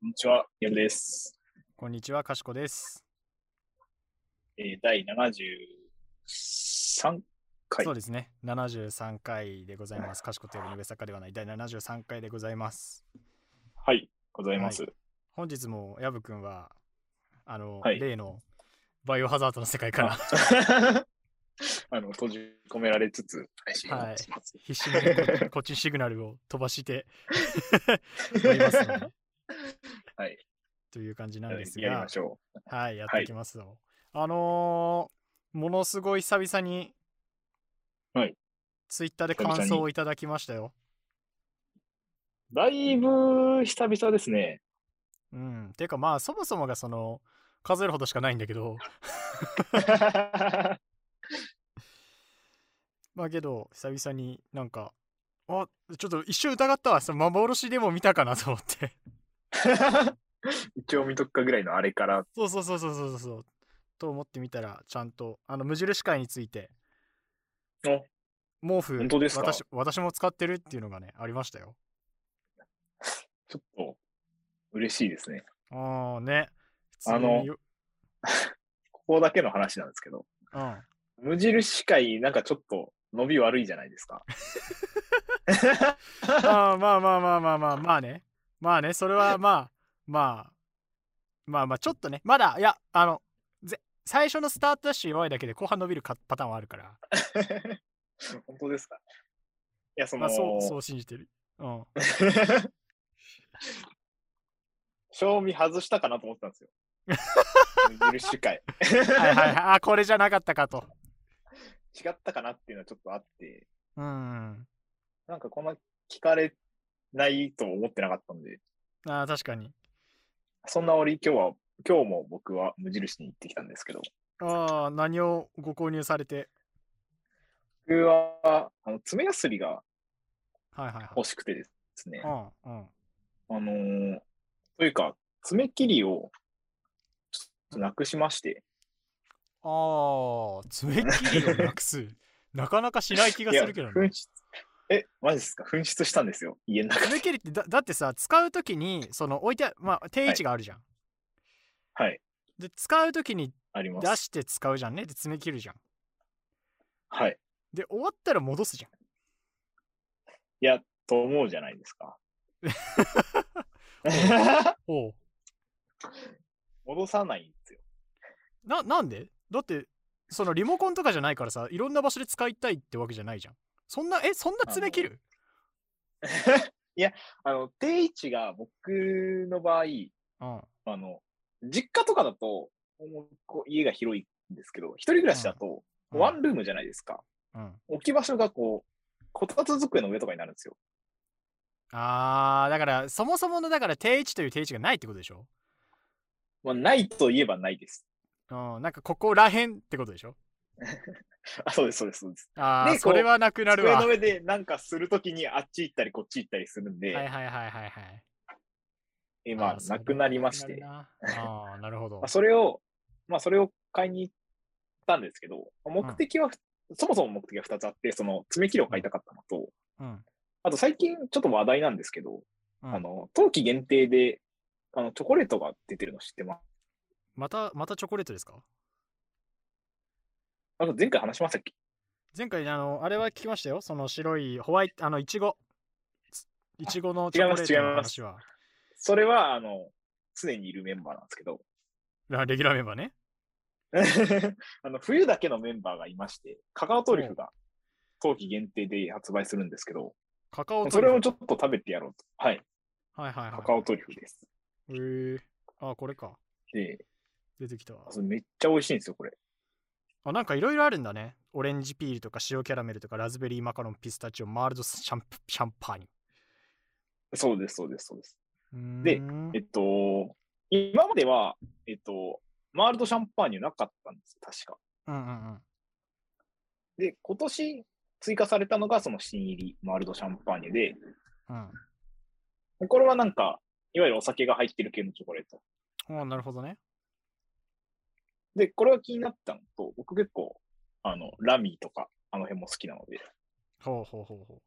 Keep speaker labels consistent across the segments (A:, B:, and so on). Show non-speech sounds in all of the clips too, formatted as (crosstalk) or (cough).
A: こんにちは、やるです。
B: こんにちは、かしこです。
A: えー、第73回
B: そうですね、73回でございます。かしことより上坂ではない、第73回でございます。
A: はい、ございます。
B: 本日もやぶくんは、あの、
A: はい
B: 例のバイオハザードの世界から
A: (laughs) あの、閉じ込められつつ配信をします。
B: (laughs) 必死に
A: (laughs)
B: ここっちにシグナルを飛ばして (laughs) おりますので、
A: はい
B: という感じなんです
A: やり
B: が
A: ま、しょう。
B: はい、やっていきますよ。あのーものすごい久々に、
A: はい
B: ツイッターで
A: 久々
B: 感
A: に
B: 想をいただきましたよ。
A: だいぶ久々です
B: (laughs)
A: ね。
B: うん、ていうかまあそもそもがその数えるほどしかないんだけど (laughs)
A: は
B: まあけど久々になんかあちょっと一瞬疑ったわその幻でも見たかなと思って (laughs)
A: 一応見とくかぐらいのあれから。
B: そうそうそうそうそうそうそうと思ってみたらちゃんとあの無印会について
A: お
B: 毛布
A: 本当ですか
B: 私私も使ってるっていうのがねありましたよ
A: ちょっと嬉しいですね。
B: ああね普通
A: あの
B: によ
A: ここだけの話なんですけど、
B: うん
A: 無印会、なんかちょっと伸び悪いじゃないです
B: (laughs)
A: か。
B: ああまあまあまあまあまあまあねまあねそれはまあまあまあまあちょっとねまだいやあのぜ最初のスタートダッシュ弱いだけで後半伸びるかパターンはあるから
A: (laughs) 本当ですかいや、その、
B: まあそうそう信じてるうん
A: (laughs) 賞味外したかなと思ったんですよ。無印会。
B: はいはいはいあこれじゃなかったかと
A: 違ったかなっていうのはちょっとあって、
B: うん
A: なんかこんな聞かれないと思ってなかったんで、
B: あー確かに
A: そんな折今日は、今日も僕は無印に行ってきたんですけど、
B: ああ何をご購入されて
A: 僕は、あの、爪やすりが
B: はいはいはい
A: 欲しくてですね、
B: うんうん
A: あのーというか、爪切りをちょっとなくしまして、
B: あー爪切りをなくすなかなかしない気が
A: い
B: す
A: や、
B: るけどね
A: 紛失、え、マジですか紛失したんですよ、家の中
B: 爪
A: で。
B: 切りってだだってさ使う時にその置いてあまあ定位置があるじゃん、
A: はい、
B: で使う時に
A: ありま
B: 出
A: す。
B: して使うじゃんねで爪切るじゃん
A: はい。
B: で終わったら戻すじゃん
A: いや、と思うじゃないです
B: (laughs)
A: か。 (laughs)
B: おう
A: 戻さないんですよ。
B: ななんでだってそのリモコンとかじゃないからさいろんな場所で使いたいってわけじゃないじゃんそんなえそんな爪切る
A: あの、定位置が僕の場合、
B: うん
A: あの、実家とかだと、もうこう家が広いんですけど、一人暮らしだと、
B: うん
A: ワンルームじゃないですか。
B: うん
A: 置き場所がこう、こたつ机の上とかになるんですよ。
B: あーだからそもそものだから定位置という定位置がないってことでしょ
A: まあ、ないといえばないです。
B: うんなんかここらへんってことでしょ
A: あ、そうです、そうです、そうです。
B: あ
A: ね
B: あそれ
A: こ
B: はなくなるわ
A: 机の
B: はい
A: 上でなんかするときにあっち行ったりこっち行ったりするんで、
B: はいはいはいはい
A: 今、
B: ー
A: なくなりまし
B: それ
A: て。
B: はなくなるなああなるほど
A: (laughs) まあ、それを、まあ、それを買いに行ったんですけど、まあ目的はふ、そもそも目的は2つあって、その爪切りを買いたかったのと、
B: うん
A: あと最近ちょっと話題なんですけど、
B: うん
A: あの、冬季限定で、あの、チョコレートが出てるの知ってます
B: またまたチョコレートですか
A: あ前回話しましたっけ
B: 前回あのあれは聞きましたよその白いホワイトあのいちごついちごのチョコレートの話は
A: それは、あの、常にいるメンバーなんですけど、 (laughs)
B: あレギュラーメンバーね
A: あの、冬だけのメンバーがいまして、カカオトリュフが冬季限定で発売するんですけど、
B: カカオト
A: そ
B: リ
A: れを
B: ュフ
A: ちょっと食べてやろうと。はい、
B: はいはいはい
A: カカオトリュフです。
B: へーあこれか
A: で、
B: 出てきたわ
A: それめっちゃ美味しいんですよ、これ。
B: あなんかいろいろあるんだねオレンジピールとか塩キャラメルとかラズベリーマカロンピスタチオマールドシャンプシャンパーニ
A: そうです、そうです、そうです。
B: ュうーん
A: でえっと、今までは、えっと、マールドシャンパーニュなかったんです、確か。
B: うんうんうん
A: で、今年追加されたのが、その新入りマールドシャンパーニュで、
B: うん
A: これはなんか、いわゆるお酒が入ってる系のチョコレート。
B: あなるほどね
A: で、これは気になったのと、僕結構、あの、ラミーとか、あの辺も好きなので、
B: ほうほうほうほ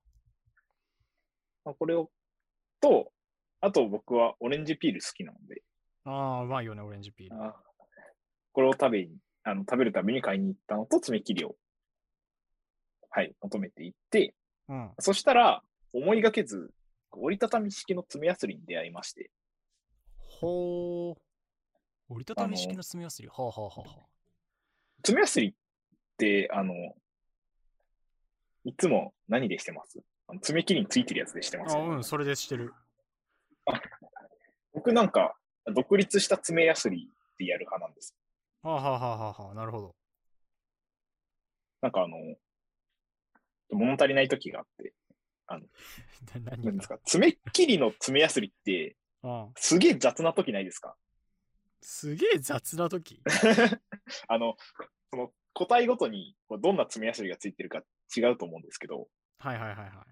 A: まあこれを、と、あと僕はオレンジピール好きなので、
B: ああ、うまいよね、オレンジピール。
A: あこれを食べに、あの食べるために買いに行ったのと、爪切りを、はい、求めていって、
B: うん。
A: そしたら、思いがけず、折りたたみ式の爪やすりに出会いまして、
B: ほう。折りたたみ式の爪やすり。はあはあはあはあ。
A: 爪やすりって、あの、いつも何でしてますあの爪切りについてるやつでしてます
B: あ
A: よね、
B: うん、それでしてる。
A: 僕なんか、独立した爪やすりでやる派なんです。
B: はあはあはあはあはあ、なるほど。
A: なんかあの、物足りない時があって、
B: な何
A: なん
B: が
A: ですか、爪切りの爪やすりって、
B: うん、
A: すげえ雑な時ないですか
B: すげえ雑な時
A: あの、その個体ごとにこうどんな爪やすりがついてるか違うと思うんですけど、
B: はいはいはいは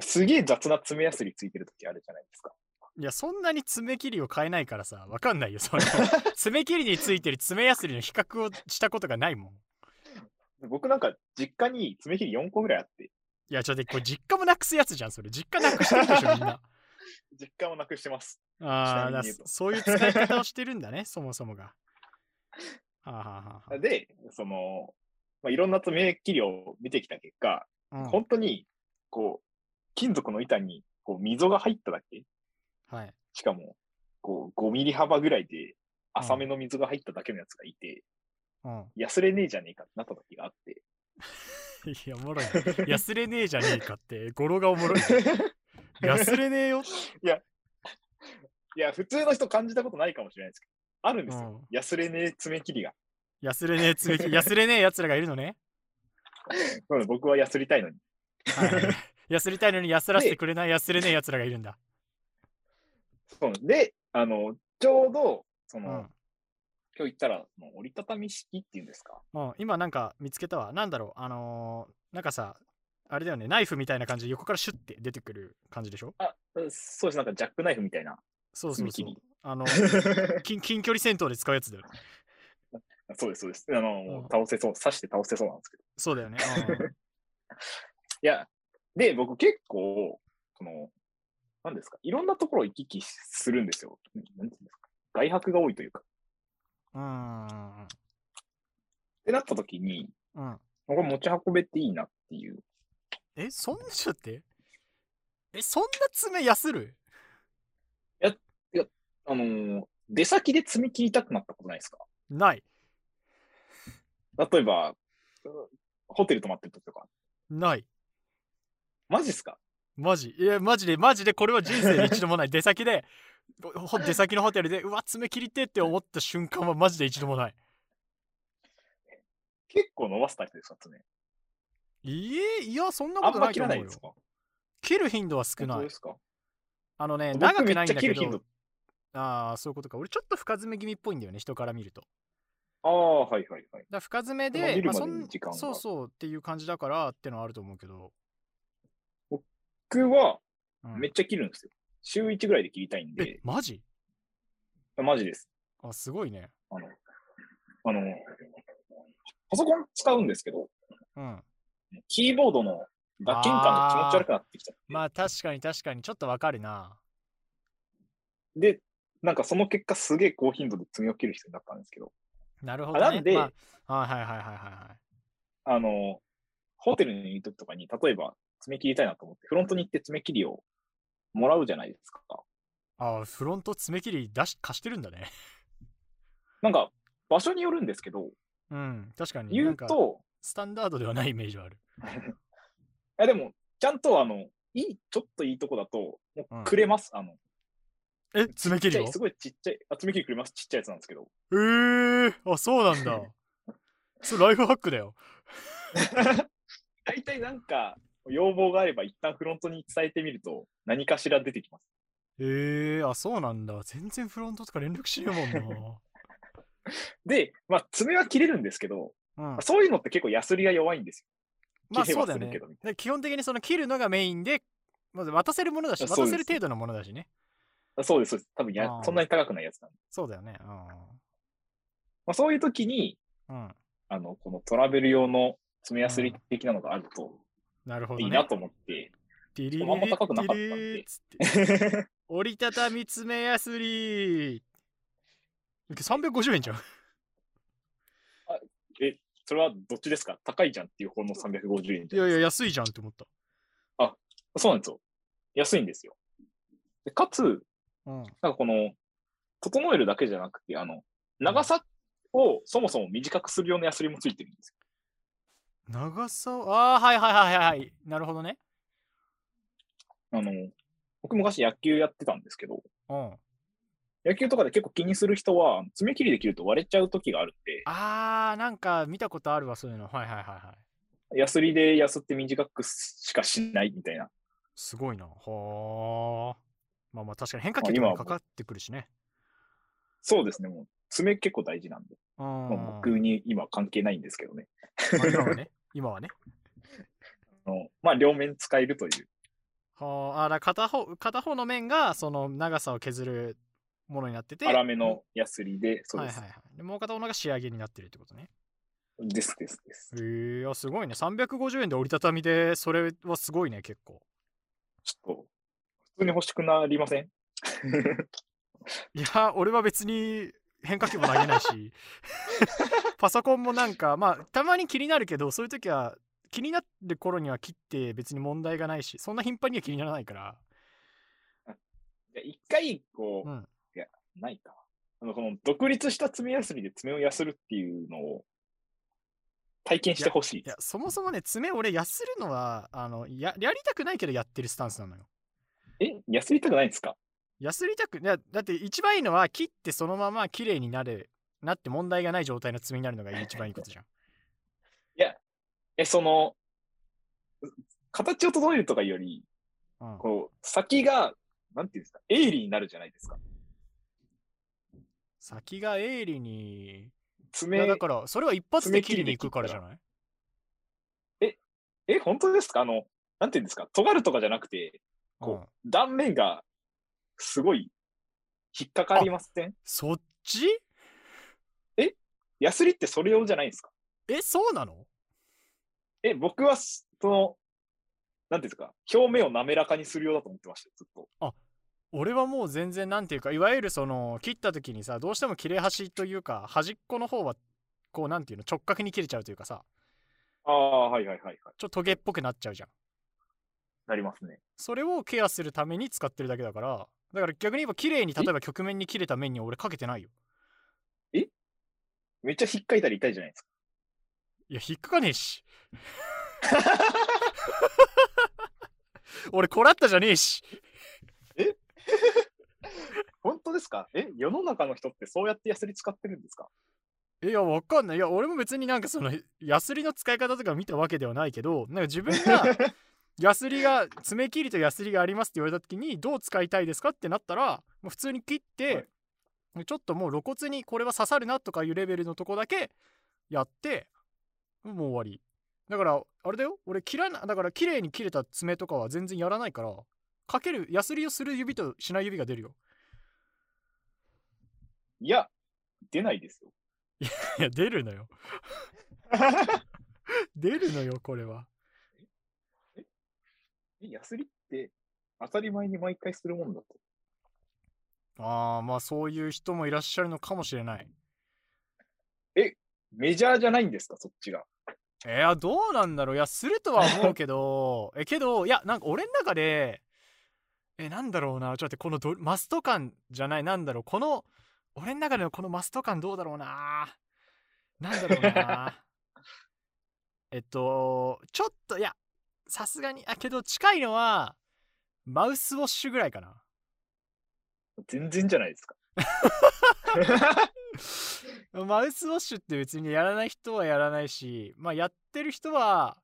A: すげえ雑な爪やすりついてる時あるじゃないですか。
B: い。いや、そんなに爪切りを変えないからさ、わかんないよ、それ。爪切りについてる爪やすりの比較をしたことがないもん。
A: 僕なんか実家に爪切り4個ぐらいあって、
B: いや、ちょっとこれ実家もなくすやつじゃん、それ。実家なくしてるでしょ、みんな。
A: 実家をなくしてます。
B: ああ、
A: ちなみに言うと
B: だそういう使い方をしてるんだね、そ (laughs) もそもが。はあはあは
A: で、その、まあ、いろんな爪切りを見てきた結果、
B: あ。うん
A: 本当にこう、金属の板にこう溝が入っただけ、
B: はい。
A: しかもこう5ミリ幅ぐらいで浅めの溝が入っただけのやつがいて、
B: うん。
A: やすれねえじゃねえかってなった時があって、
B: いや、おもろいな。やすれねえじゃねえかって、語呂がおもろい
A: (laughs)
B: な。やすれねえよ。
A: いや、普通の人感じたことないかもしれないですけど、あるんです
B: うん
A: よ。やすれねえ爪切りが。
B: やすれねえ
A: (laughs)
B: 爪切り、やすれねえやつらがいるのね。
A: うん僕はやすりたいのに。
B: はいやすりたいのにやすらせてくれないやすれねえやつらがいるんだ。
A: そうなんで、あの、ちょうど、そうの、
B: ん。
A: 今日言ったら、その折りたたみ式っていうんですか。
B: うん今なんか見つけたわ。なんだろう。あのー、なんかさ、あれだよね。ナイフみたいな感じで横からシュッて出てくる感じでしょ
A: あ、うんそうです。なんかジャックナイフみたいな。
B: そうそう
A: 爪
B: そう
A: 切り。(laughs)
B: あの、近近距離戦闘で使うやつだよね。
A: そうです、そうです。あの、
B: うん
A: 倒せそう、刺して倒せそうなんですけど。
B: そうだよね。
A: いや、で、僕結構、その、なんですか、いろんなところを行き来するんですよ。なんていうんですか。外泊が多いというか。
B: うん。うん。
A: ってなった時に、
B: うん。
A: これ持ち運べていいなっていう。
B: え、そんなちょっと待って。え、そんな爪やする
A: あのー出先で爪切りたくなったことないですか
B: ない。
A: 例えば、うんホテル泊まってる時とか。
B: ない。
A: マジっすか
B: マジ。いや、マジで、マジで、これは人生で一度もない。出先で、ほ出先のホテルで、うわ、爪切りてえって思った瞬間はマジで一度もない。
A: 結構伸ばすタイプですか爪。
B: いえ、いや、そんな
A: あ
B: こ
A: ん
B: とな
A: ま
B: い
A: 切
B: と
A: らな
B: 思
A: い
B: うよ
A: です。か
B: 切る頻度は少
A: 本当
B: ない
A: で。すか
B: あのね、
A: 僕
B: 長くないんだ
A: め
B: け
A: っちゃ切る頻
B: ど
A: 度、
B: ああ、そういうことか。俺ちょっと深爪気味っぽいんだよね、人から見ると。
A: ああ、はいはいはい。
B: だから深爪
A: まあ
B: で、
A: 見る
B: あ、
A: ま
B: そ
A: でに
B: ん
A: 時間が
B: そうそうっていう感じだからってのはあると思うけど。
A: 僕は
B: うん
A: めっちゃ切るんですよ。週1ぐらいで切りたいん
B: え
A: で、、
B: マジ
A: マジです。
B: あ、すごいね。
A: あの、あの、パソコン使うんですけど、
B: うん。
A: キーボードの打鍵感が気持ち悪くなってきちゃって、
B: まあ確かに確かに、ちょっとわかるな。
A: で、なんかその結果すげえ高頻度で爪を切る人になったんですけど、
B: なるほど、
A: あ
B: ね。
A: なんで
B: まあ、はいはいはいはいはいはい。
A: あの、ホテルにいる時とかに、例えば爪切りたいなと思って、フロントに行って爪切りをもらうじゃないですか。
B: ああ、フロント爪切り出し貸してるんだね。
A: なんか、場所によるんですけど、
B: うん、確かに。
A: 言う
B: なんか
A: と、
B: スタンダードではないイメージはある。
A: いやでも、ちゃんとあの、いい、ちょっといいとこだと、も
B: うん
A: うくれます。あの、
B: え、爪切
A: ちっち
B: り
A: ゃ
B: を
A: いすごいちっちゃい、あ、爪切りくれます。ちっちゃいやつなんですけど。
B: えー、あ、そうなん (laughs) だ。それライフハックだよ。
A: 大体なんか、要望があれば一旦フロントに伝えてみると、何かしら出てきます。
B: えー、あ、そうなんだ。全然フロントとか連絡しねえ (laughs) もん
A: で、まあ、爪は切れるんですけど、
B: な。うん、
A: そういうのって結構ヤスリが弱いんですよ。
B: まあ
A: 切れ
B: そ
A: は
B: うだよ
A: す
B: ね
A: るけどみ。
B: で基本的にその切るのがメインで、まず渡せるものだし、
A: あそう
B: 渡
A: です
B: せる程度のものだしね。
A: そうです、そうです。多分や
B: あー
A: そんなに高くないやつなんで。
B: そうだよね。
A: まあ、そういう時に、
B: うん。うん、
A: あの、このトラベル用の爪やすり的なのがあると
B: なるほど、ね。
A: いいなと思って、
B: ティリリリ
A: あんま高く
B: テ
A: なかったんで
B: ィリーっつって。折りたたみ爪やすり。350円じゃん。
A: それはどっちですか高いじゃんっていう方の350円
B: い
A: じゃな
B: や
A: いですか。
B: いや、安いじゃんって思った。
A: そうなんですよ。安いんですよ。でかつ、
B: う
A: な
B: ん。
A: んかこの、整えるだけじゃなくて、あの、長さをそもそも短くするようなヤスリもついてるんですよ。
B: 長さをああ、はいはいはいはいはい。なるほどね。
A: あの、僕昔野球やってたんですけど、
B: うん。
A: 野球とかで結構気にする人は、爪切りで切ると割れちゃう時があるんで、
B: あー、なんか見たことあるわ、そういうの。はいはいはいはい。ヤ
A: ヤスリでヤスって短くしかしないみたいな。
B: すごいな。はあ。まあまあ確かに変化
A: まあ
B: 球とか
A: 今は
B: にかかってくるしね。
A: そうですね、もう爪結構大事なんで、
B: うん。
A: まあ僕に今は関係ないんですけどね。
B: まあ今はね。今はね。
A: あのまあ、両面使えるという。
B: はあ。あら片方、片方の面がその長さを削るものになってて。
A: 粗めのヤスリで、そう
B: は
A: で
B: いはい
A: す。
B: はい。でもう片方のが仕上げになってるってことね。
A: ですですです。
B: へえ、あすごいね。350円で折りたたみで、それはすごいね、結構。
A: ちょっと、普通に欲しくなりません (laughs)
B: いや、俺は別に変化球も投げない
A: (laughs)
B: し、パソコンもなんか、まあ、たまに気になるけど、そういう時は、気になる頃には切って別に問題がないし、そんな頻繁には気にならないから。
A: いや一回、こう、
B: うん
A: いや、ないか。あの、この、独立した爪やすりで爪をやするっていうのを、体験してほしい
B: いや、そもそもね、爪俺、やするのは、あの、や、やりたくないけどやってるスタンスなのよ。
A: え、やすりたくないんですか
B: やすりたく、いやだって一番いいのは、切ってそのまま綺麗になる、なって問題がない状態の爪になるのが一番いいことじゃん。
A: え、その、形を整えるとかより、
B: うん、
A: こう、先が、なんていうんですか、鋭利になるじゃないですか。
B: 先が鋭利に、いや
A: 爪
B: だ、からそれは一発で切りに行くからじゃない
A: え、本当ですかあの、なんていうんですか、尖るとかじゃなくて、こう
B: うん
A: 断面が、すごい、引っかかりません
B: そっち
A: ヤスリってそれ用じゃないんですか
B: えそうなの
A: え、僕はす、その、なんていうんですか、表面を滑らかにするようだと思ってましたよ、ずっと。
B: 俺はもう全然なんていうかいわゆるその切った時にさどうしても切れ端というか端っこの方はこうなんていうの直角に切れちゃうというかさ
A: ああ、はいはいはいはい。
B: ちょっとトゲっぽくなっちゃうじゃん
A: なりますね。
B: それをケアするために使ってるだけだからだから逆に言えば綺麗に例えば局面に切れた面に俺かけてないよ
A: めっちゃ引っかいたり痛いじゃないですか。
B: いや引っかかねえし
A: (laughs)
B: (laughs) 俺こらったじゃねえし
A: 本当ですかえ、世の中の人ってそうやってヤスリ使ってるんですか
B: いや、わかんない。いや、俺も別になんかその、ヤスリの使い方とか見たわけではないけど、なんか自分 (laughs) がヤスリが、爪切りとヤスリがありますって言われた時に、どう使いたいですかってなったら、もう普通に切って、ちょっともう露骨にこれは刺さるなとかいうレベルのとこだけやって、もう終わり。だから、あれだよ。俺、切らな、だから綺麗に切れた爪とかは全然やらないから、かける、ヤスリをする指としない指が出るよ。
A: いや、出ないですよ。 (laughs)
B: いや、出るのよ。 (laughs) 出るのよ、これは。
A: えヤスリって当たり前に毎回するもんだと。
B: ああまあそういう人もいらっしゃるのかもしれない。
A: メジャーじゃないんですかそっちが。
B: いやどうなんだろういやするとは思うけどえけどいやなんか俺の中でえなんだろうなちょっと待ってこのどマスト感じゃないなんだろうこの俺の中でのこのマスト感どうだろうななんだろうなえっとちょっといやさすがにあけど近いのはマウスウォッシュぐらいかな。
A: 全然じゃないですか。
B: マウスウォッシュって別にやらない人はやらないし、まあ、やってる人は、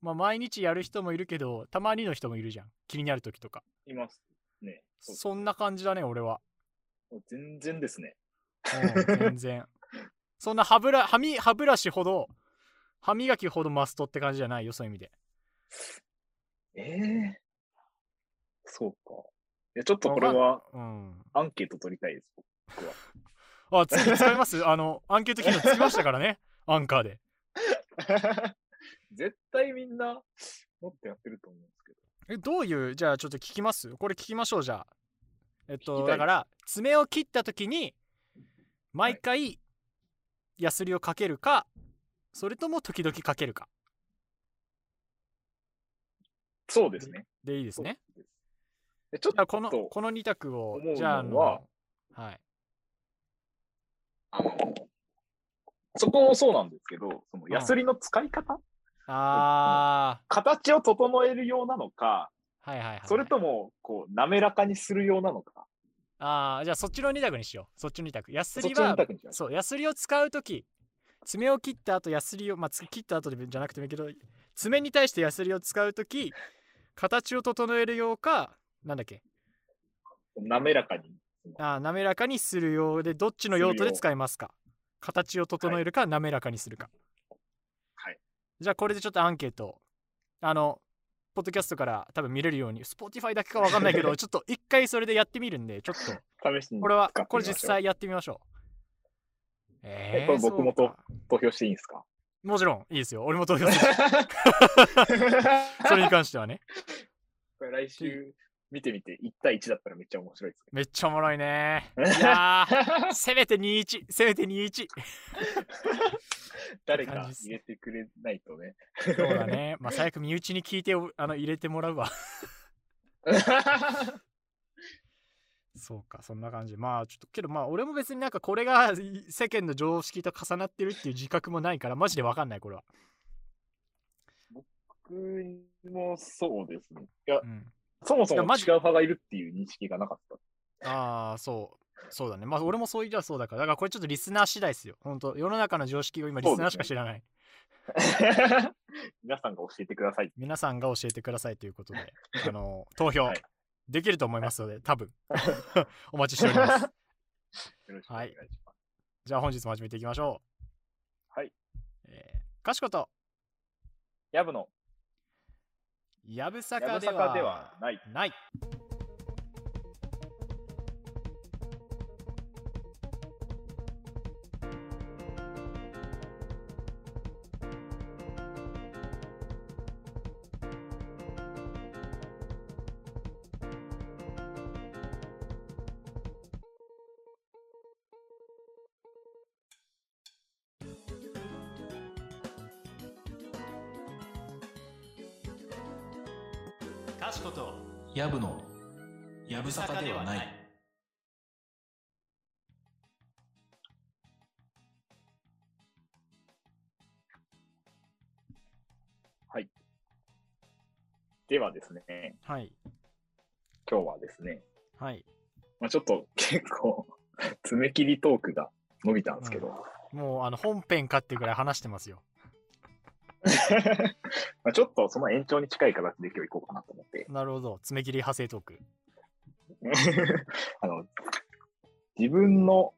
B: まあ、毎日やる人もいるけどたまにの人もいるじゃん気になる時とか
A: いますね。そう
B: そんな感じだね俺は、
A: 全然ですね。
B: うん、
A: (laughs)
B: 全然そんな歯ブラ歯み歯ブラシほど歯磨きほどマストって感じじゃないよそういう意味で
A: ええそうか。いや、ちょっとこれは
B: うん
A: アンケート取りたいです。
B: あ次使いますあのアンケート機能つきましたからねアンカーで
A: 絶対みんな持ってやってると思うんですけど。
B: えどういうじゃあちょっと聞きますこれ聞きましょうじゃあえっ
A: 聞
B: と
A: きたい
B: だから爪を切った時に毎回ヤスリをかけるかそれとも時々かけるか
A: そうですね。
B: でいいですね
A: でちょっ
B: じゃ
A: と
B: あこのこの2択を
A: 思うのは
B: じゃああのはい
A: あのそこもそうなんですけど、その
B: ん
A: ヤスリの使い方、
B: あ
A: 形を整えるようなのか、
B: ーはいはいはいはい
A: それともこう滑らかにするようなのか、
B: あーじゃあそっちの2択にしようそっちの2択ヤス
A: そっ
B: リ
A: ちの
B: は
A: 二択にします。
B: そう、ヤスリを使うとき、爪を切った後、ヤスリを、まあ、つ切った後でじゃなくてもいいけど、爪に対してヤスリを使うとき、形を整えるようか、なんだっけ、
A: 滑らかに。
B: あー滑らかにするようで、どっちの用途で使いますか形を整えるか、滑らかにするか。
A: はい。
B: じゃあ、これでちょっとアンケート、あの、ポッドキャストから多分見れるように、Spotify だけかわかんない
A: (laughs)
B: けど、ちょっと一回それでやってみるんで、ちょっと。
A: 試しに
B: これは、
A: 使ってみましょう
B: これ実際やってみましょう。え
A: えこれ僕もと
B: そうか
A: 投票していいんですか
B: もちろん、いいですよ。俺も投票
A: (laughs)
B: する。 (laughs) それに関してはね。
A: これ来週見てみて、1対1だったらめっちゃ面白いです
B: めっちゃおもろいね。いやー、せめて21、せめて21。
A: けど。誰
B: 感じ
A: か
B: っす
A: 入れてくれないとね。
B: そうだね。まあ、最悪身内に聞いておあの入れてもらうわ。 (laughs) そうか、そんな感じ。まあ、ちょっと、けどまあ、俺も別になんかこれがい世間の常識と重なってるっていう自覚もないから、マジでわかんない、これは。
A: 僕もそうですね。いや
B: う、ん。
A: そもそも
B: いや
A: 違
B: マ
A: う
B: ジ
A: 派がいるっていう認識がなかった。
B: ああ、そう。そうだね。まあ、俺もそういじゃそうだから。だから、これちょっとリスナー次第ですよ。本当世の中の常識を今、リスナーしか知らない。
A: (laughs) 皆さんが教えてください。
B: 皆さんが教えてくださいというこ
A: (laughs)
B: とで、あの投票
A: はい
B: できると思いますので、
A: (laughs)
B: 多分お待ちしております。
A: よろしくお願いします。
B: じゃあ本日も始めていきましょう。
A: はい。
B: えー、かしこと、
A: ヤブの
B: やぶさ
A: や
B: か
A: ぶ
B: では
A: さかではない。
B: ない。かしこと、
C: やぶのやぶさかではない。
A: ではですね、
B: はい。
A: 今日はですね、
B: はい。
A: まあ、ちょっと結構爪切りトークが伸びたんですけど、
B: もう、あの、本編かっていうぐらい話してますよ。
A: (laughs) まあちょっとその延長に近い形で今日行こうかなと思って、
B: なるほど。爪切り派生トーク。
A: (laughs) あの自分の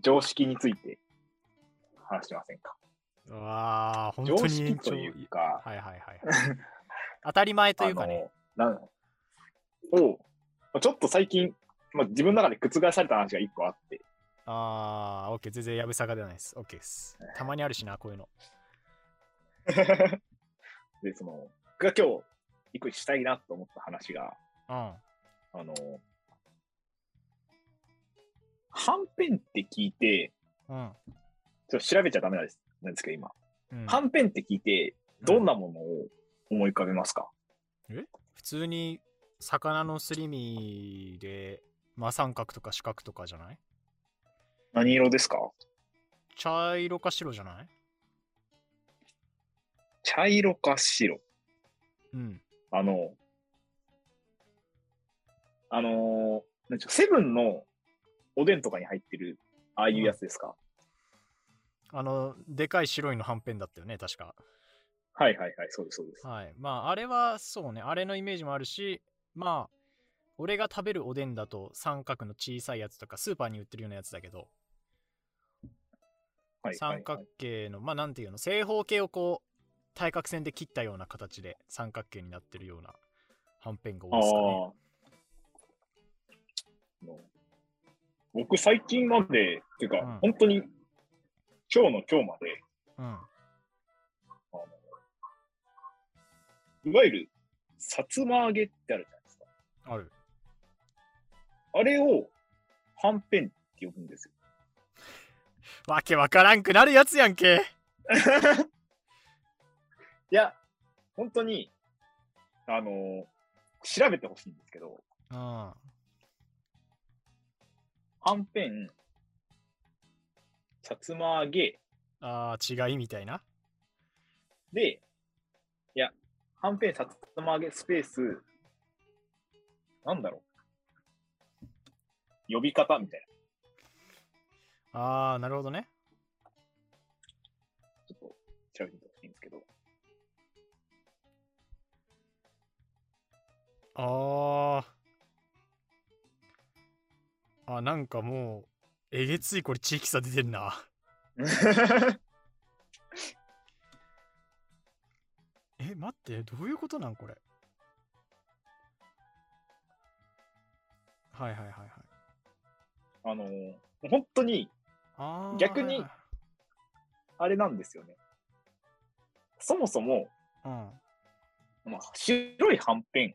A: 常識について話しませんか。
B: うわあ、本
A: 常
B: 当に
A: 識
B: 延長。
A: というか、
B: はいはいはいはい。当たり前というかね。
A: (laughs) あのなんを、まあちょっと最近、まあ、自分の中で覆された話が一個あって、 (laughs)
B: ああ、オッケー、全然やぶさかではないです。オッケーです。たまにあるしな、こういうの。
A: で、その、僕が今日、一個したいなと思った話が、
B: うん。
A: あの、はんぺんって聞いて、
B: うん。
A: ちょっと調べちゃダメなんですなんですけど、今。
B: うん、
A: はんぺんって聞いて、どんなものを思い浮かべますか、
B: 普通に魚のすり身で、まあ、三角とか四角とかじゃない
A: 何色ですか
B: 茶色か白じゃない
A: 茶色か白。
B: うん。
A: あの、あのーなんちゅうかセブンのおでんとかに入ってる、ああいうやつですか、
B: あの、でかい白いのはんぺんだったよね、確か。
A: はいはいはい、そうです、そうです。
B: はい。まあ、あれはそうね、あれのイメージもあるし、まあ、俺が食べるおでんだと三角の小さいやつとか、スーパーに売ってるようなやつだけど、
A: はいはいはい
B: 三角形の、まあ、なんていうの、正方形をこう、対角線で切ったような形で三角形になってるようなはんぺんが多いですかね。
A: ああの僕、最近まで、っていうか、
B: うん
A: 本当に、今日の今日まで、
B: うん。
A: いわゆるさつま揚げってあるじゃないですか。
B: ある。
A: あれを、はんぺんって呼ぶんですよ。
B: わけわからんくなるやつやんけ。
A: いや、本当に、あの調べてほしいんですけど、
B: うん。
A: はんぺん、さつま揚げ、
B: あー違いみたいな。
A: で、いや、はんぺん、さつま揚げ、スペース、なんだろう。呼び方みたいな。
B: あーなるほどね。
A: ちょっと調べてほしいんですけ (laughs) ど。
B: あーあなんかもうえげついこれ地域差出てんな。 (laughs) え待ってどういうことなんこれ。はいはいはいはい。
A: あの本当に、
B: あー
A: 逆にあれなんですよね。そもそも、
B: うん
A: まあ、白いはんぺん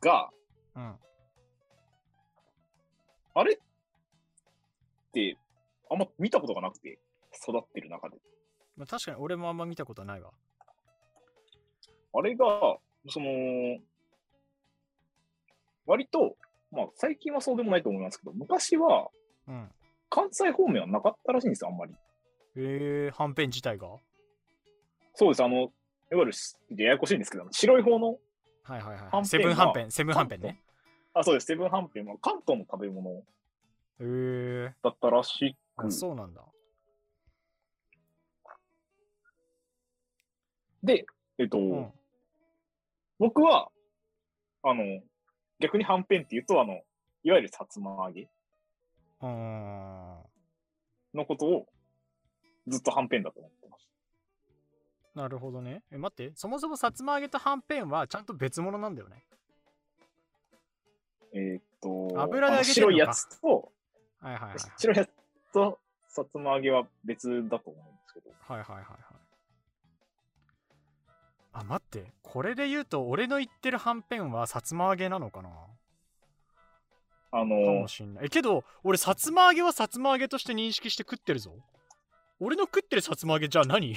A: が、
B: うん。
A: あれって、あんま見たことがなくて、育ってる中で。
B: まあ、確かに俺もあんま見たことないわ。
A: あれが、その、割と、まあ、最近はそうでもないと思いますけど、昔は
B: うん。
A: 関西方面はなかったらしいんですよ、あんまり。
B: えー、はんぺん自体がは
A: そうです、あの、いわゆるしややこしいんですけど、白い方の、
B: いはいはい
A: はんぺ
B: は
A: んが
B: い。セブンはんぺん、セブンはんぺんね。
A: あ、そうです、セブンハンペンは関東の食べ物
B: えー、
A: だったらし
B: あ
A: く、
B: そうなんだ。
A: で、えっと、
B: うん。
A: 僕は、あの、逆にはんぺんって言うと、あの、いわゆるさつま揚げ
B: うん。
A: のことをずっとはんぺんだと思ってます。
B: なるほどね。え、待って、そもそもさつま揚げとはんぺんはちゃんと別物なんだよね。
A: えーっと、
B: 油で揚げてんの
A: あの白
B: か
A: いやつと、
B: はい (laughs) はいはいはい。
A: 白いやつとさつま揚げは別だと思うんですけど。
B: はいはいはいはい。あ、待って、これで言うと、俺の言ってるはんぺんはさつま揚げなのかなか
A: あの
B: も、しんない。え、けど、俺さつま揚げはさつま揚げとして認識して食ってるぞ。俺の食ってるさつま揚げじゃあ何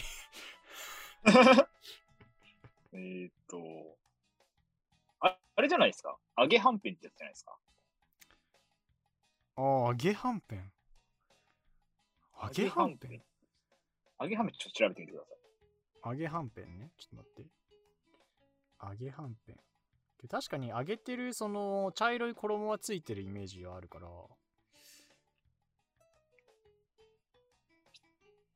A: えーっと、ああれじゃないですか。揚げはんぺんってやつじゃないですか。
B: ああ、揚げはんぺん。揚げはんぺん
A: 揚げはんぺんちょっと調べてみてください。
B: 揚げはんぺんね。ちょっと待って。揚げはんぺん。で確かに揚げてる、その、茶色い衣はついてるイメージがあるから。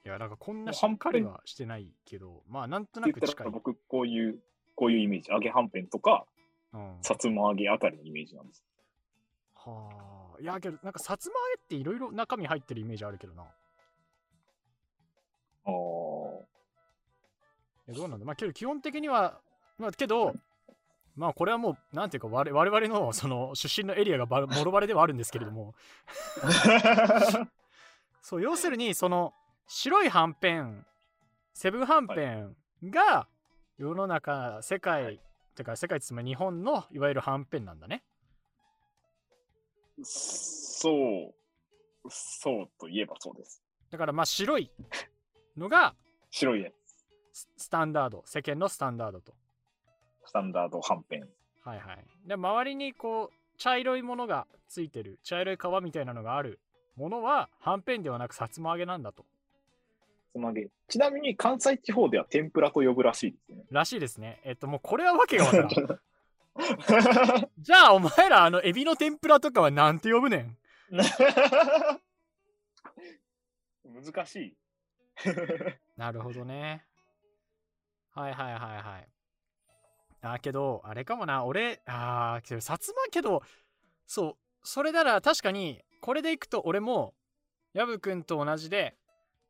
B: いや、なんかこんなしっかりはしてないけど、まあなんとな
A: って
B: く
A: 言った
B: 近
A: ら
B: い。
A: 僕、こういう、こういうイメージ。揚げはんぺんとか、
B: うん、
A: さつま揚げあたりのイメージなんです。
B: はあ。いや、けど、なんかさつま揚げっていろいろ中身入ってるイメージあるけどな。
A: ああ。
B: いやどうなんだまあけど基本的にはまあけどまあこれはもうなんていうか我々我々のその出身のエリアがばもろバレではあるんですけれどもそう要するにその白いはんぺんセブンはんぺんが世の中世界、
A: は
B: てか世界つまり日本のいわゆるはんぺんなんだね
A: そう、そうといえばそうです。
B: だからまあ白いのが
A: 白いや
B: ススタンダード世間のスタンダードと
A: つ、スタンダードはんぺん。
B: はいはい。で、周りにこう、茶色いものがついてる、茶色い皮みたいなのがあるものは、はんぺんではなくさつま揚げなんだと。
A: つまげ。ちなみに関西地方では天ぷらと呼ぶらしいですね。
B: らしいですね。えっと、もうこれはわけがわからん。じゃあ、お前ら、あの、エビの天ぷらとかはなんて呼ぶねん。
A: (laughs) 難しい。
B: なるほどね。はいはいはいはい。あ、けど、あれかもな、俺、あー、けど、さつまけど、そう、それなら確かに、これでいくと俺も、やぶくんと同じで、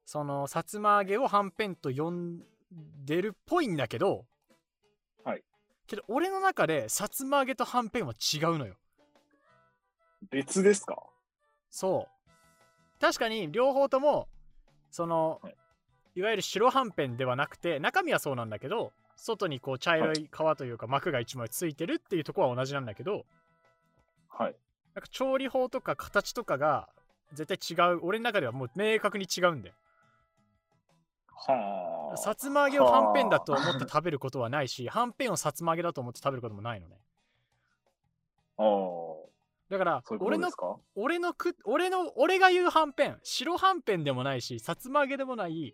B: その、さつま揚げをはんぺんと呼んでるっぽいんだけど、
A: はい。
B: けど、俺の中で、さつま揚げとはんぺんは違うのよ。
A: 別ですか
B: そう。確かに両方ともその、、
A: はい
B: わゆる白はんぺんではなくて中身はそうなんだけど外にこう茶色い皮というか膜が一枚ついてるっていうところは同じなんだけど
A: はい。
B: なんか調理法とか形とかが絶対違う俺の中ではもう明確に違うんだよ
A: はあ。
B: さつま揚げをはんぺんだと思って食べることはないしはんぺんをさつま揚げだと思って食べることもないのね
A: ああ。そ
B: だから
A: ういうこ
B: 俺
A: とで
B: の
A: すか
B: 俺のく俺の俺が言うはんぺん白はんぺんでもないしさつま揚げでもない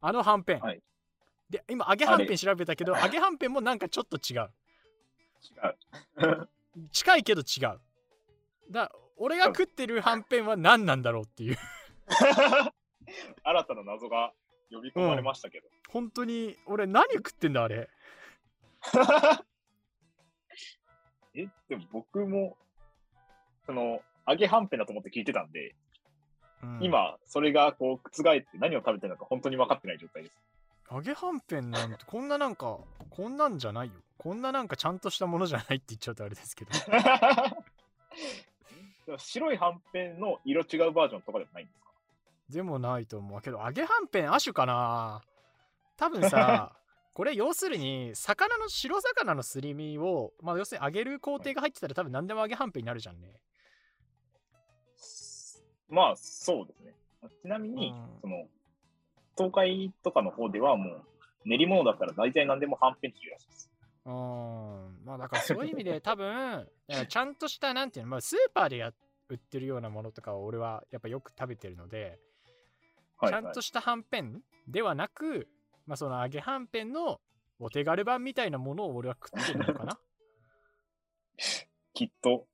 B: あのはんぺん、
A: はい
B: で今揚げはんぺん調べたけど揚げはんぺんもなんかちょっと違う
A: 違う。
B: 近いけど違うだ俺が食ってるはんぺんは何なんだろうっていう
A: (laughs) 新たな謎が呼び込まれましたけど。
B: 本当に俺何食ってんだあれ
A: え、でも僕も、その、揚げはんぺんだと思って聞いてたんで、
B: うん
A: 今、それがこう、覆って何を食べてるのか本当に分かってない状態で
B: (laughs)
A: す。
B: 揚げはんぺんなんてこんななんかこんなんじゃないよこんななんかちゃんとしたものじゃないって言っちゃうとあれですけど
A: でも白いはんぺんの色違うバージョンとかでもないんですか
B: でもないと思うけど揚げはんぺん亜種かな多分 (laughs) さこれ要するに魚の白魚のすり身をまあ要するに揚げる工程が入ってたら多分何でも揚げはんぺんになるじゃんね
A: まあ、そうですね。ちなみに、
B: うん
A: その、東海とかの方ではもう、練り物だったら大体何でもはんぺんって言うらしいです。
B: うーんまあだからそういう意味 (laughs) で多分だからちゃんとしたなんていうの、まあ、スーパーでや売ってるようなものとかを俺はやっぱよく食べてるので、
A: はい、
B: ちゃんとしたはんぺんではなく、まあ、その揚げはんぺんのお手軽版みたいなものを俺は食ってるのかな
A: きっと、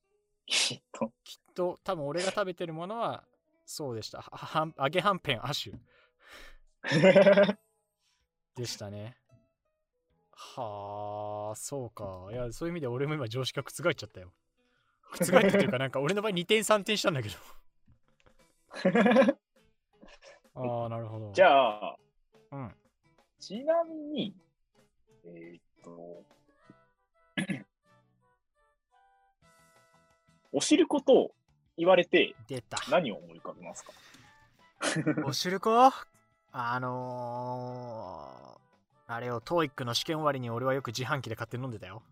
A: きっと。 (laughs)
B: きっと多分俺が食べてるものはそうでしたははん揚げはんぺん亜種でしたねはあそうかいやそういう意味で俺も今常識が覆っちゃったよ覆ったっていうかなんか俺の場合2点3点したんだけ
A: (laughs)
B: どああなるほど
A: じ
B: あ
A: ゃあ、
B: うん
A: ちなみに、えーっと、 (coughs) おしること言われて
B: 出た
A: 何を思い浮かべますか
B: おしるこあのー、あれを TOEIC の試験終わりに俺はよく自販機で買って飲んでたよ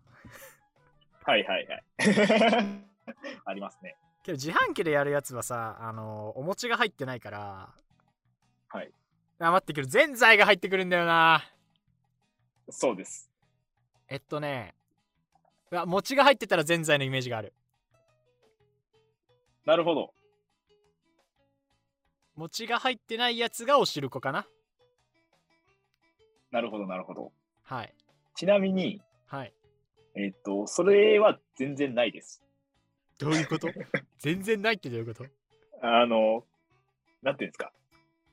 A: はいはいはい。 (laughs) ありますね。
B: けど自販機でやるやつはさあのーお餅が入ってないから
A: はい
B: あ待ってくるぜんざいが入ってくるんだよな
A: そうです。
B: えっとねうわ餅が入ってたらぜんざいのイメージがある
A: なるほど。
B: 餅が入ってないやつがおしるこかな
A: なるほど、なるほど。
B: はい
A: ちなみに、
B: はい
A: えーっと、それは全然ないです。
B: どういう
A: (laughs)
B: こと全然ないってどういうこと
A: あの、なんていうんですか。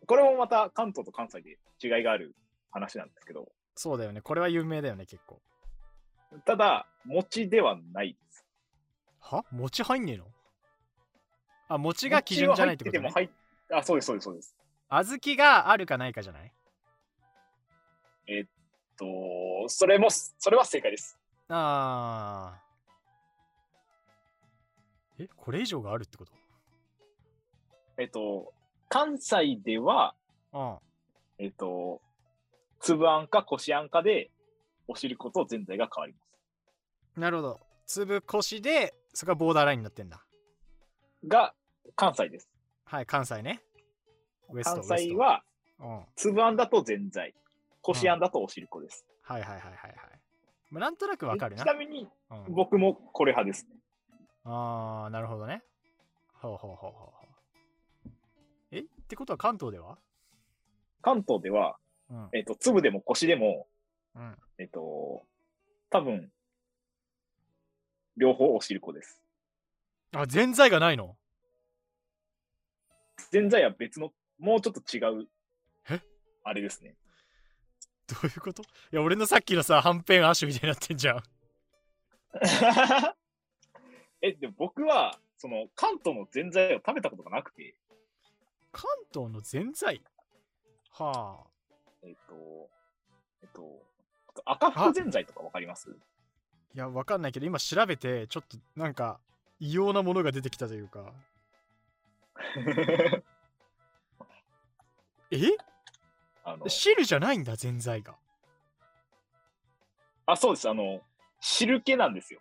A: これもまた関東と関西で違いがある話なんですけど、
B: そうだよねこれは有名だよね結構
A: ただ、餅ではないです。
B: は餅入んねえのあ餅が基準じゃないってこと、ね
A: 餅は、入ってても入っあ、そうです、そうです、そうです。
B: 小豆があるかないかじゃない
A: と、それも、それは正解です。
B: あーえこれ以上があるってこと
A: えっと、関西では、
B: うん
A: えっと、粒あんかこしあんかで、おしることぜんざいが変わりま
B: なるほど粒こしでそこがボーダーラインになってんだ
A: す。が、関西です。
B: はい関西ねウエスト
A: 関西は、
B: ウエストうんはい
A: 粒あんだとぜんざい、こしあんだとおしるこです。
B: はいはいはいはいまあなんとなくわかるな
A: ちな、みに、
B: うん、
A: 僕もこれ派ですね。
B: ああなるほどねほうほうほうほうほうえってことは関東では
A: 関東では、
B: うん
A: えっと、粒でもこしでも、
B: うん
A: えっと、多分、両方おしるこです。
B: あぜんざいがないの
A: ぜんざいは別の、もうちょっと違う
B: え、
A: あれですね。
B: どういうこといや俺のさっきのさはんぺんアッシュみたいになってんじゃん
A: え、でも僕は、その、関東のぜんざいを食べたことがなくて、
B: 関東のぜんざいはあ
A: えっ、と、えっ、と、ちょっと赤福ぜんざいとかわかります
B: いやわかんないけど今調べてちょっとなんか異様なものが出てきたというかえ
A: あの、
B: 汁じゃないんだぜんざいが
A: あ、そうです。あの、汁気なんですよ。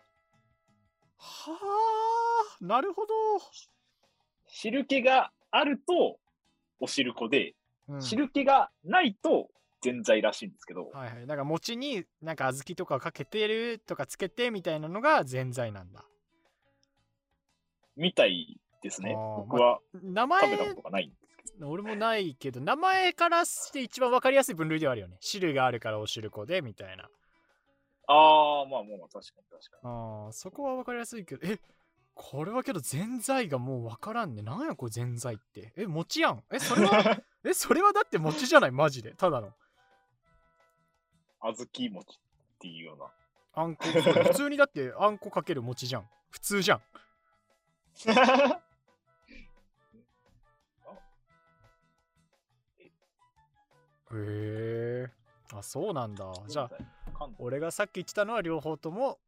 B: はあなるほ
A: 汁気があると、お汁粉で、
B: ど、うん
A: 汁気がないと、ぜんざいらしいんですけど、
B: はいはいなんか餅になんか小豆とかかけてるとかつけてみたいなのがぜんざいなんだ
A: みたいですね
B: あー。
A: 僕は
B: 名前
A: 食べたことがない。
B: 俺もないけど名前からして一番わかりやすい分類ではあるよね汁があるからお汁粉でみたいな
A: ああ、まあまあまあ、確かに確か
B: あーそこはわかりやすいけどえこれはけどぜんざいがもうわからんねなんやこれぜんざいってえ餅やんえそれ (laughs) はえそれはだって餅じゃないマジでただの
A: に。小豆餅っていうような。
B: あんこそうだよ普通にだってあんこかける餅じゃん普通じゃん
A: あ
B: へえあそうなんだじゃあ
A: 関東
B: 俺がさっき言ってたのは両方とも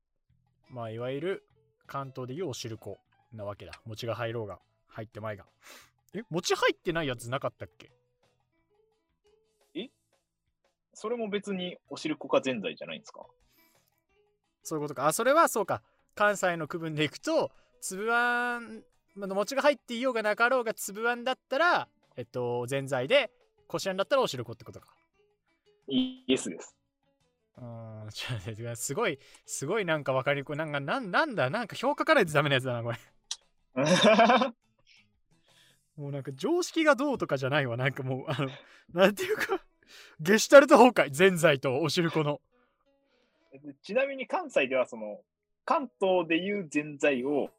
B: まあいわゆる関東でいうお汁粉なわけだ餅が入ろうが入ってまいがえ餅入ってないやつなかったっけ
A: それも別にお汁粉かぜんざいじゃないんですか
B: そういうことかあそれはそうか関西の区分でいくと粒あんまあ餅が入っていようがなかろうが粒あんだったらえっとぜんざいでこしあんだったらお汁粉ってことか
A: イエスです。
B: うーんちょっと待ってすごいすごいなんか分かりにくいなんかなんなんだなんか評価からないとダメなやつだなこれもうなんか常識がどうとかじゃないわ。なんかもう、あの、なんていうか、ゲシュタルト崩壊、ぜんざいとおしるこの。
A: (laughs) ちなみに関西ではその関東でいうぜんざいを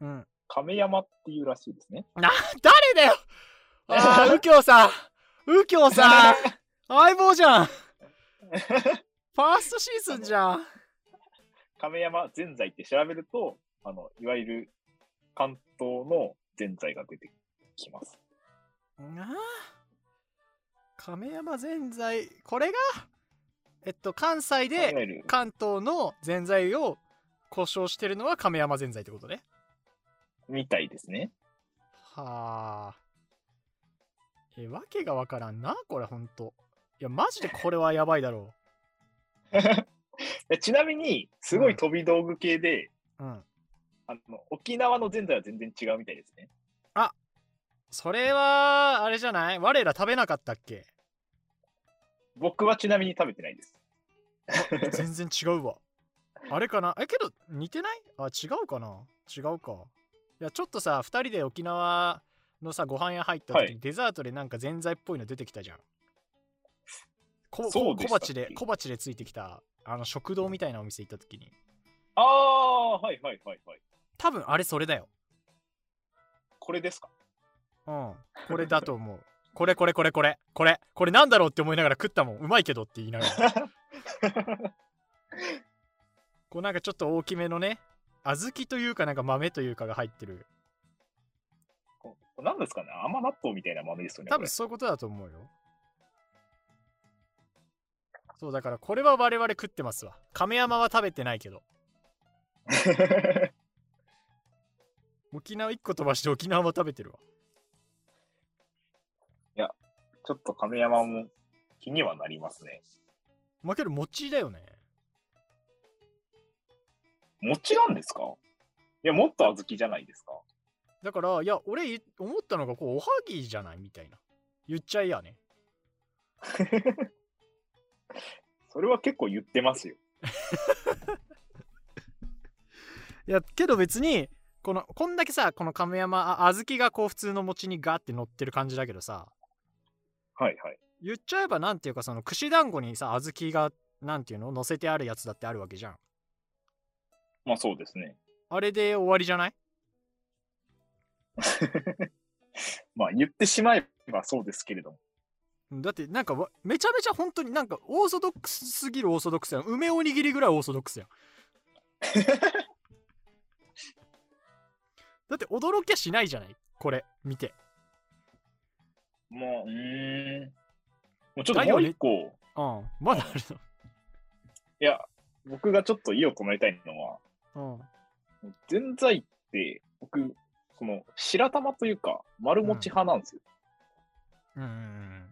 B: うん。
A: 亀山っていうらしいですね。
B: 誰だよああ、右京さん右京さん相棒じゃんファーストシーズンじゃん
A: (laughs) 亀山ぜんざいって調べるとあのいわゆる関東のぜんざいが出てきます。
B: なあ亀山ぜんざい、これがえっと、関西
A: いわ
B: で
A: ゆる
B: 関東のぜんざいを故障してるのは亀山ぜんざいってことね。
A: みたいですね。
B: はあ。え、わけがわからんな、これほんと。いや、マジでこれはやばいだろ
A: でちなみにすごい飛び道具系で、
B: う。うん。
A: あの沖縄のぜんざいは全然違うみたいですね。
B: それは、あれじゃない我ら食べなかったっけ
A: 僕はちなみに食べてないです。
B: 全然違うわ。あれかなえ、けど、似てないあ、違うかな違うか。いや、ちょっとさ、二人で沖縄のさ、ご飯屋入った時、
A: はい
B: デザートでなんかぜんざいっぽいの出てきたじゃん。こ
A: そうでし
B: 小
A: たっ
B: 鉢で
A: け、
B: 小鉢でついてきた、あの、食堂みたいなお店行った時に。
A: ああはいはいはいはい。
B: 多分、あれそれだよ。
A: これですか。
B: うん、これだと思う。これこれこれこれこれこれなんだろうって思いながら食ったもんうまいけどって言いながらこうなんかちょっと大きめのね小豆というかなんか豆というかが入ってる
A: こなんですかね甘納豆みたいな豆ですよね。
B: 多
A: これ
B: 分そういうことだと思うよそうだからこれは我々食ってますわ亀山は食べてないけど沖縄1個飛ばして沖縄は食べてるわ
A: ちょっと亀山も気にはなりますね。
B: まあけど餅だよね
A: 餅なんですかいや、もっと小豆じゃないですか。
B: だからいや俺い思ったのがこうおはぎじゃないみたいな言っちゃいやね
A: それは結構言ってますよ。
B: いやけど別にこのこんだけさこの亀山あ小豆がこう普通の餅にガーって乗ってる感じだけどさ
A: はいはい。
B: 言っちゃえばなんていうかその串団子にさ小豆がなんていうの乗せてあるやつだってあるわけじゃん
A: まあそうですね。
B: あれで終わりじゃない
A: まあ言ってしまえばそうですけれども。
B: だってなんかわめちゃめちゃ本当になんかオーソドックスすぎるオーソドックスやん梅おにぎりぐらいオーソドックスやんだって驚きゃしないじゃないこれ見て
A: もう、うーん。もうちょっともう一個、
B: うんまだある
A: いや、僕がちょっと意を止めたいのは、
B: の
A: ぜんざいって、僕、その、白玉というか、丸餅派なんですよ。
B: うんうんうんうん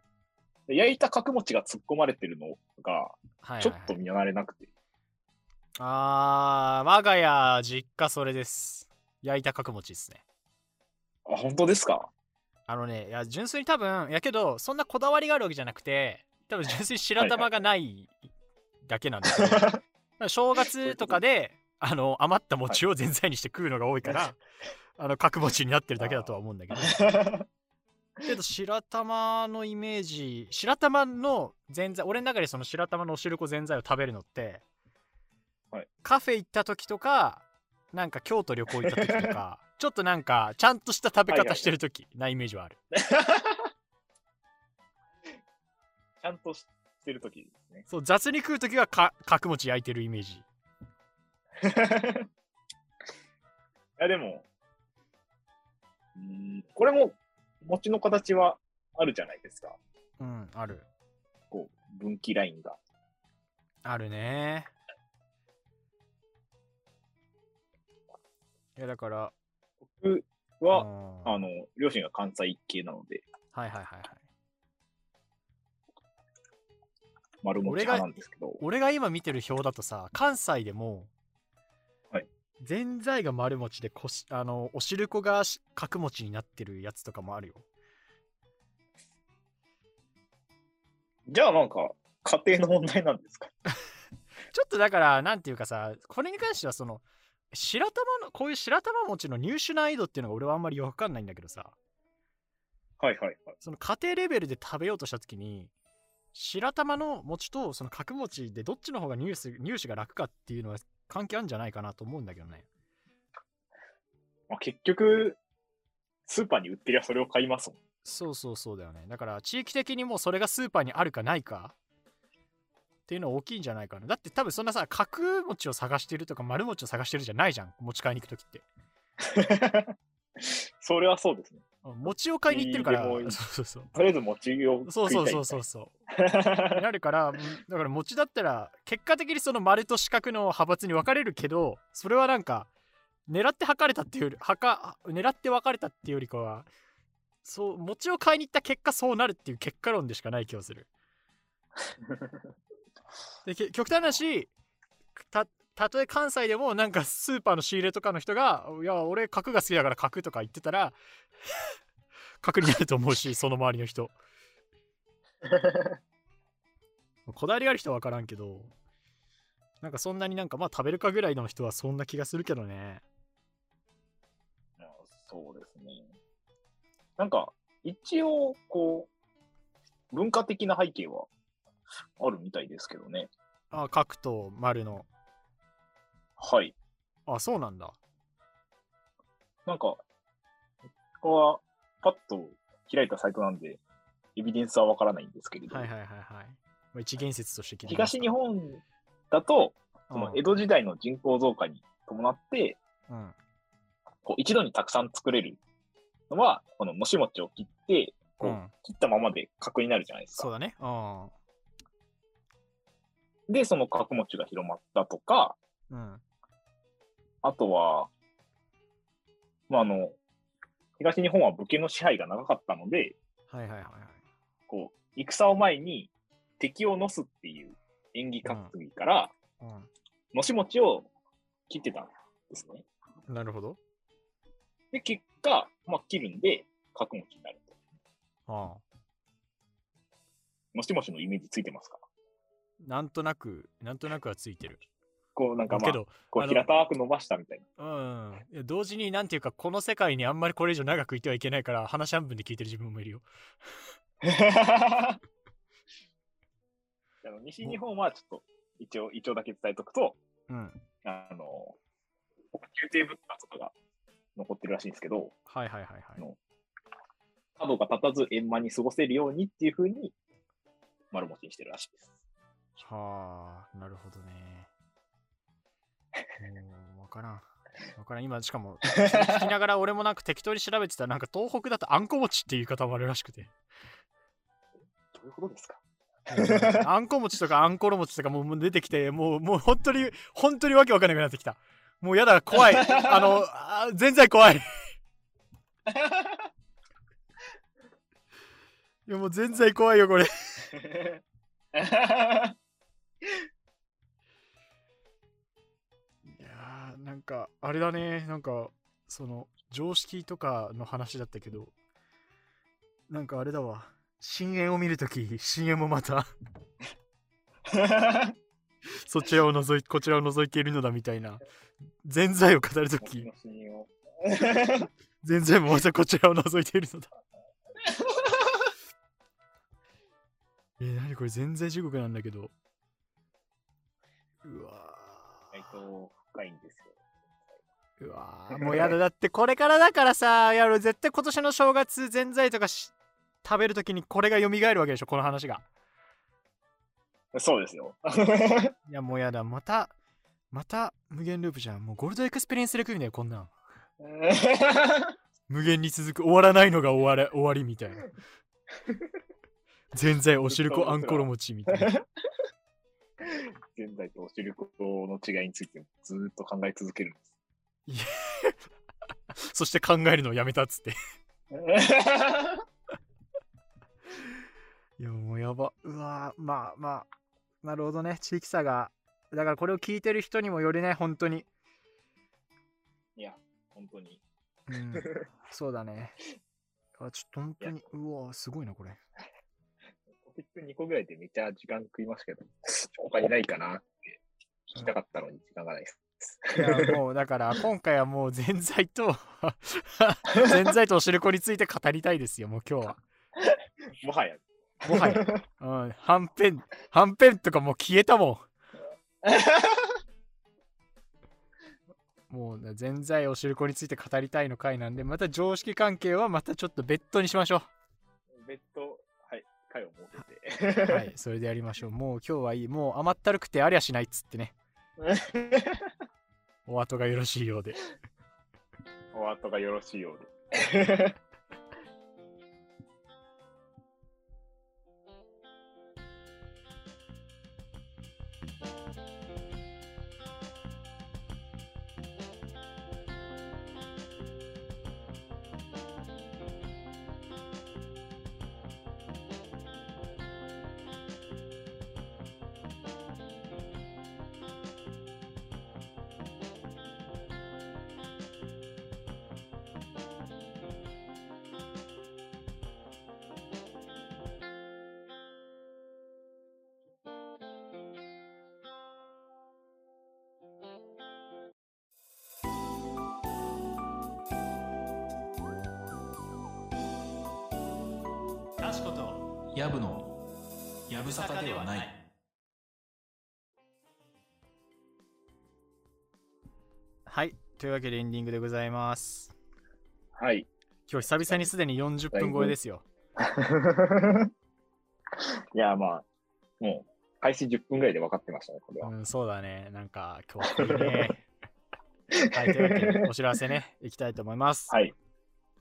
A: で焼いた角餅が突っ込まれてるのが、
B: はいはいはい
A: ちょっと見慣れなくて。
B: あー、我が家、実家それです。焼いた角餅ですね。
A: あ、本当ですか (laughs)
B: あのね、いや、純粋に多分、やけど、そんなこだわりがあるわけじゃなくて、多分純粋に白玉がないだけなん (laughs) ですよ。だから正月とかで、あの、余った餅を全菜にして食うのが多い (laughs) から、あの、角餅になってるだけだとは思うんだけど。けど白玉のイメージ白玉のぜんざい俺の中でその白玉のお汁粉ぜんざいを食べるのって、
A: はい
B: カフェ行った時とかなんか京都旅行行った時とか
A: (laughs)
B: ちょっとなんかちゃんとした食べ
A: はいはいは
B: 方
A: い
B: してる時なイメージはある、
A: ちゃんとしてるときですね。 (laughs)
B: そう雑に食う時はか角餅焼いてるイメージ
A: いや、でも、うんこれも、餅の形はあるじゃないですか。
B: うんある
A: こう、分岐ラインが。
B: あるねいやだから
A: 僕
B: う
A: は、
B: ん
A: あの、両親が関西系なので、
B: はいはいはいはい
A: 丸餅派なんですけど、
B: 俺が今見てる表だとさ関西でも
A: はい
B: ぜんざいが丸餅でこしあのおしるこがし角餅になってるやつとかもあるよ
A: じゃあなんか、家庭の問題なんですか
B: ちょっとだからなんていうかさこれに関してはその白玉のこういう白玉餅の入手難易度っていうのが俺はあんまりよくわかんないんだけどさ
A: はいはいはい。
B: その家庭レベルで食べようとした時に白玉の餅とその角餅でどっちの方が入手入手が楽かっていうのは関係あるんじゃないかなと思うんだけどね
A: まあ、結局、スーパーに売ってりゃそれを買いますもん。
B: そうそうそうだよねだから地域的にもうそれがスーパーにあるかないかっていうのは大きいんじゃないかなだって多分そんなさ角餅を探してるとか丸餅を探してるじゃないじゃん持ち買いに行く時って
A: それはそうですね。
B: 餅を買いに行ってるから
A: いいでも
B: そうそうそう
A: とりあえず餅を
B: そ
A: 食
B: う
A: いたい
B: そう
A: みたい
B: そ
A: な
B: うそうそうなるからだから餅だったら結果的にその丸と四角の派閥に分かれるけどそれはなんか狙って測れたっていうよりはか狙って分かれたっていうよりかはそう餅を買いに行った結果そうなるっていう結果論でしかない気がするでけ極端な話たたとえ関西でもなんかスーパーの仕入れとかの人が「いや俺角が好きだから角」とか言ってたら角になると思うしその周りの人こだわりがある人は分からんけどなんかそんなになんかまあ食べるかぐらいの人はそんな気がするけどね
A: まあそうですね。なんか、一応、こう、文化的な背景はあるみたいですけどね。
B: あ角と丸の
A: はい。
B: あそうなんだ
A: なんか、ここはパッと開いたサイトなんで、エビデンスはわからないんですけれど、
B: はいはいはいはいまあ一元説として聞いてみます
A: 東日本だと、その
B: うん
A: 江戸時代の人口増加に伴って、
B: うん
A: こう一度にたくさん作れるのは、このもしもちを切って、こう
B: うん
A: 切ったままで角になるじゃないですか。
B: そうだねうん
A: で、その角餅が広まったとか、
B: うん
A: あとは、まあ、あの、東日本は武家の支配が長かったので、
B: はいはいはいはい
A: こう、戦を前に敵をのすっていう演技格闘技から、
B: うん
A: のし餅を切ってたんですね。
B: なるほど。
A: で、結果、まあ、切るんで、角餅になると。
B: ああ
A: のし餅のイメージついてますか
B: なんとなく、なんとなくはついてる。
A: こう、なんかま
B: け
A: あ、
B: ど、
A: こ
B: あ
A: う
B: の
A: 平たく伸ばしたみたいな。
B: うん。いや同時に、なんていうか、この世界にあんまりこれ以上長くいてはいけないから、話半分で聞いてる自分もいるよ。
A: (laughs) あの西日本はちょっと、一応、一応だけ伝えとくと、
B: うん。
A: あの、宮廷文化とかが残ってるらしいんですけど、
B: はいはいはいはい。
A: 角が立たず円満に過ごせるようにっていうふうに丸持ちにしてるらしいです。
B: はあ、なるほどね。もう、わからん。わからん。今、しかも、それ聞きながら俺もなんか適当に調べてたら、なんか東北だとあんこ餅っていう言い方もあるらしくて。
A: どういうことです (laughs) か
B: あんこ餅とかあんころ餅とかもうもう出てきて、もう、もう本当に、本当にわけわかんなくなってきた。もうやだ、怖い。あの、あー全然怖い。いや、もう全然怖いよ、これ。なんかあれだねなんかその常識とかの話だったけどなんかあれだわ深淵を見るとき深淵もまたそちらを覗いこちらを覗いているのだみたいな全在を語ると
A: 私
B: き
A: の信用
B: 全然もうこちらを覗いているのだ。えー、なにこれ全然地獄なんだけど。うわ
A: 意外と深いんですよ。
B: ーうわ (laughs) ーもうやだ。だってこれからだからさ、やろ絶対今年の正月、ぜんざいとかし食べるときにこれが蘇るわけでしょ、この話が。
A: そうですよ。
B: いや、もうやだ。また、また無限ループじゃん。もうゴールドエクスペリエンスレクビだよ、こんなん。無限に続く終わらないのが終われ終 (laughs) わりみたいな。全在おし (laughs) るこあんころ餅みたい (laughs) な。
A: (laughs) 現在とおしるこの違いについてずーっと考え続けるんです。
B: そして考えるのをやめたっつって。
A: (laughs)
B: いや、もうやば。うわーまあまあ、なるほどね。地域差が。だからこれを聞いてる人にもよりね、本当に。
A: いや、本当に。
B: うん、そうだね。あ、ちょっと本当に、うわーすごいな、これ。
A: トピック2個ぐらいでめっちゃ時間食いますけど、 (laughs) 他にないかなって聞きたかったのに時間がないです。
B: いや、もうだから、今回はもう、全財と、全財とおしるこについて語りたいですよ、もう今日は。
A: もはや。
B: もはや、うん、はんぺん、はんぺんとかもう消えたもん。もう、全財おしるこについて語りたいの回なんで、また常識関係はまたちょっと別途にしましょう。
A: 別途、はい、会を設けて。 (laughs)
B: はい、それでやりましょう。もう今日はいい。もう甘ったるくてありゃしないっつっ
A: (laughs)
B: てね。お後がよろしいようで。
A: お後がよろしいようで。
C: かしことやぶのやぶさかではない
B: はい、というわけでエンディングでございます。
A: はい。
B: 今日久々にすでに40分超えですよ。
A: (laughs) いや、まあ、もう、開始10分ぐらいで分かってましたね、これは。
B: うん、そうだね。なんか今日はいいね。はい、というわけでお知らせね、いきたいと思います。
A: (laughs) はい。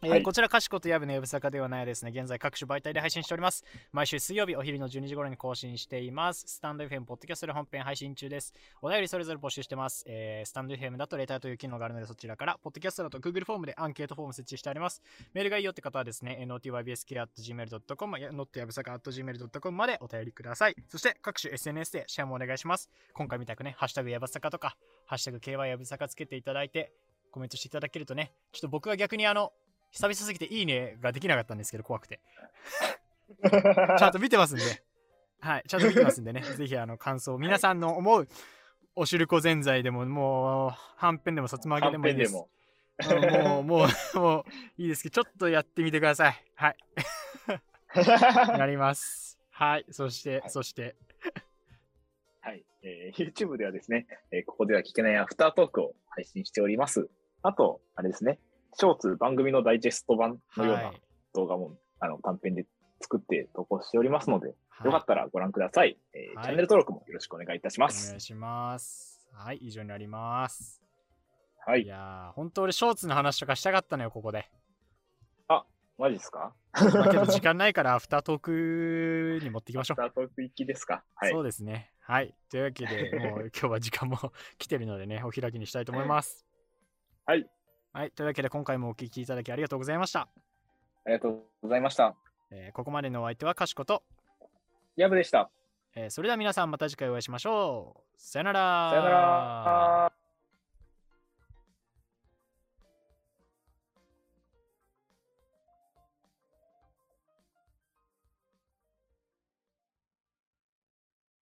B: えー
A: はい
B: こちら、かしことやぶのやぶさかではないですね。現在、各種媒体で配信しております。毎週水曜日お昼の12時頃に更新しています。スタンド FM、ポッドキャストで本編配信中です。お便りそれぞれ募集してます。えースタンド FM だとレターという機能があるので、そちらから、ポッドキャストだと Google フォームでアンケートフォーム設置してあります。メールがいいよって方はですね、notybsk.gmail.com、not やぶさか .gmail.com までお便りください。そして、各種 SNS でシェアもお願いします。今回みたくね、ハッシュタグやぶさかとか、ハッシュタグ KY やぶさかつけていただいて、コメントしていただけるとね、ちょっと僕は逆にあの、久々すぎていいねができなかったんですけど、怖
A: (laughs)
B: くて。 (laughs) ちゃんと見てますんで。はい、ちゃんと見てますんでね。ぜひ、あの、感想、皆さんの思う、おしるこぜんざいでも、もう、はんぺんでも、さつま揚げでもいいです。
A: はん
B: うんもう、もう、もう、いいですけど、ちょっとやってみてください。
A: (laughs)
B: はい、
A: ぺんでも (laughs)
B: やります。はい、そして、そして、
A: はい、えー YouTube ではですね、えーここでは聞けないアフタートークを配信しております。あと、あれですね、ショーツ番組のダイジェスト版のよう
B: は
A: ない動画も、あの短編で作って投稿しておりますので、よかっ
B: はい
A: たらご覧ください、えー
B: はい
A: チャンネル登録もよろしくお願いいたしま
B: お
A: す
B: 願。いします。はい、以上になります。
A: はいい、
B: やー、本当俺、ショーツの話とかしたかったのよ、ここで。
A: マジですか
B: まあけど
A: (laughs)
B: 時間ないからアフタートークに持っていきましょ
A: ア
B: う
A: フタ。ートーク行きですかはい
B: そ。うですね。はい。というわけで、もう今日は時間も来てるのでね、お開きにしたいと思います。
A: はい。
B: はい。というわけで、今回もお聞きいただきありがとうございました。
A: ありがとうございました。
B: えーここまでのお相手はかしこと、
A: ヤブでした。
B: えーそれでは皆さんまた次回お会いしましょう。さよなら。
A: さよなら。